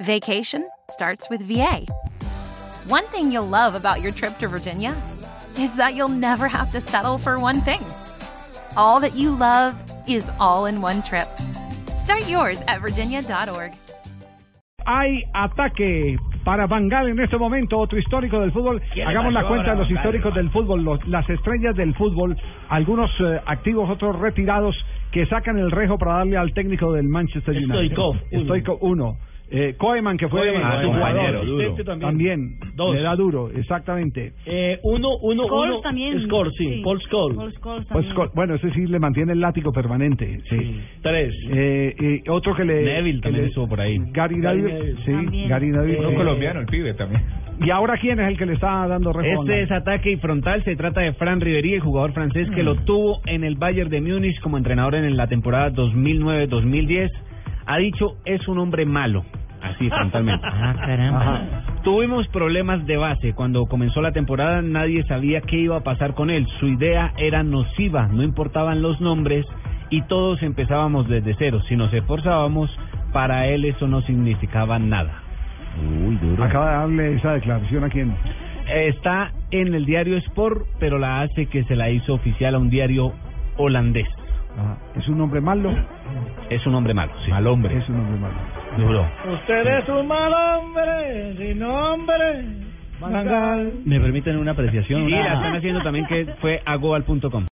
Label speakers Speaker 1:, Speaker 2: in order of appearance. Speaker 1: Vacation starts with VA. One thing you'll love about your trip to Virginia is that you'll never have to settle for one thing. All that you love is all in one trip. Start yours at virginia.org.
Speaker 2: Hay ataque para Bangal en este momento, otro histórico del fútbol.
Speaker 3: ¿Quién
Speaker 2: Hagamos la
Speaker 3: marcó
Speaker 2: cuenta de
Speaker 3: ahora
Speaker 2: los
Speaker 3: Van Gaal?
Speaker 2: históricos del fútbol, los- las estrellas del fútbol, algunos eh, activos, otros retirados, que sacan el rejo para darle al técnico del Manchester United.
Speaker 3: Stoichkov, uno.
Speaker 2: Stoichkov, uno. Eh, Koeman, que fue
Speaker 3: Koeman,
Speaker 2: llamado,
Speaker 3: ah,
Speaker 2: su
Speaker 3: compañero,
Speaker 2: jugador.
Speaker 3: duro.
Speaker 2: Este también. También,
Speaker 3: Dos.
Speaker 2: le da duro, exactamente.
Speaker 3: Eh, uno, uno,
Speaker 4: Scholes
Speaker 3: uno.
Speaker 4: también.
Speaker 3: Score, sí. Paul Scholes.
Speaker 4: Paul Scholes
Speaker 2: Pues,
Speaker 4: también.
Speaker 2: co- bueno, ese sí le mantiene el látigo permanente. Sí.
Speaker 3: Tres.
Speaker 2: Eh, y otro que le.
Speaker 3: Neville
Speaker 2: que
Speaker 3: también
Speaker 2: le-
Speaker 3: estuvo por ahí.
Speaker 2: Gary
Speaker 3: Gary
Speaker 2: Neville.
Speaker 3: Neville.
Speaker 2: Sí,
Speaker 4: También.
Speaker 2: Gary Neville.
Speaker 3: Uno
Speaker 2: Eh,
Speaker 5: colombiano, el pibe también.
Speaker 2: ¿Y ahora quién es el que le está dando rejo?
Speaker 6: Este es ataque y frontal. Se trata de Fran Ribery, el jugador francés que lo tuvo en el Bayern de Múnich como entrenador en la temporada 2009-2010. Ha dicho, es un hombre malo. Así, frontalmente. Ajá. Tuvimos problemas de base. Cuando comenzó la temporada nadie sabía qué iba a pasar con él. Su idea era nociva, no importaban los nombres y todos empezábamos desde cero. Si nos esforzábamos, para él eso no significaba nada.
Speaker 2: Acaba de darle esa declaración a quién.
Speaker 6: Está en el diario Sport, pero la hace que se la hizo oficial a un diario holandés.
Speaker 2: Es un hombre malo.
Speaker 6: Es un hombre malo, sí. Mal
Speaker 2: Es un hombre malo.
Speaker 6: Duro.
Speaker 3: Usted es un mal hombre, sin hombre.
Speaker 2: Van Gaal.
Speaker 3: ¿Me permiten una apreciación?
Speaker 6: Sí,
Speaker 3: Una-
Speaker 6: la están haciendo también que fue agoal.com.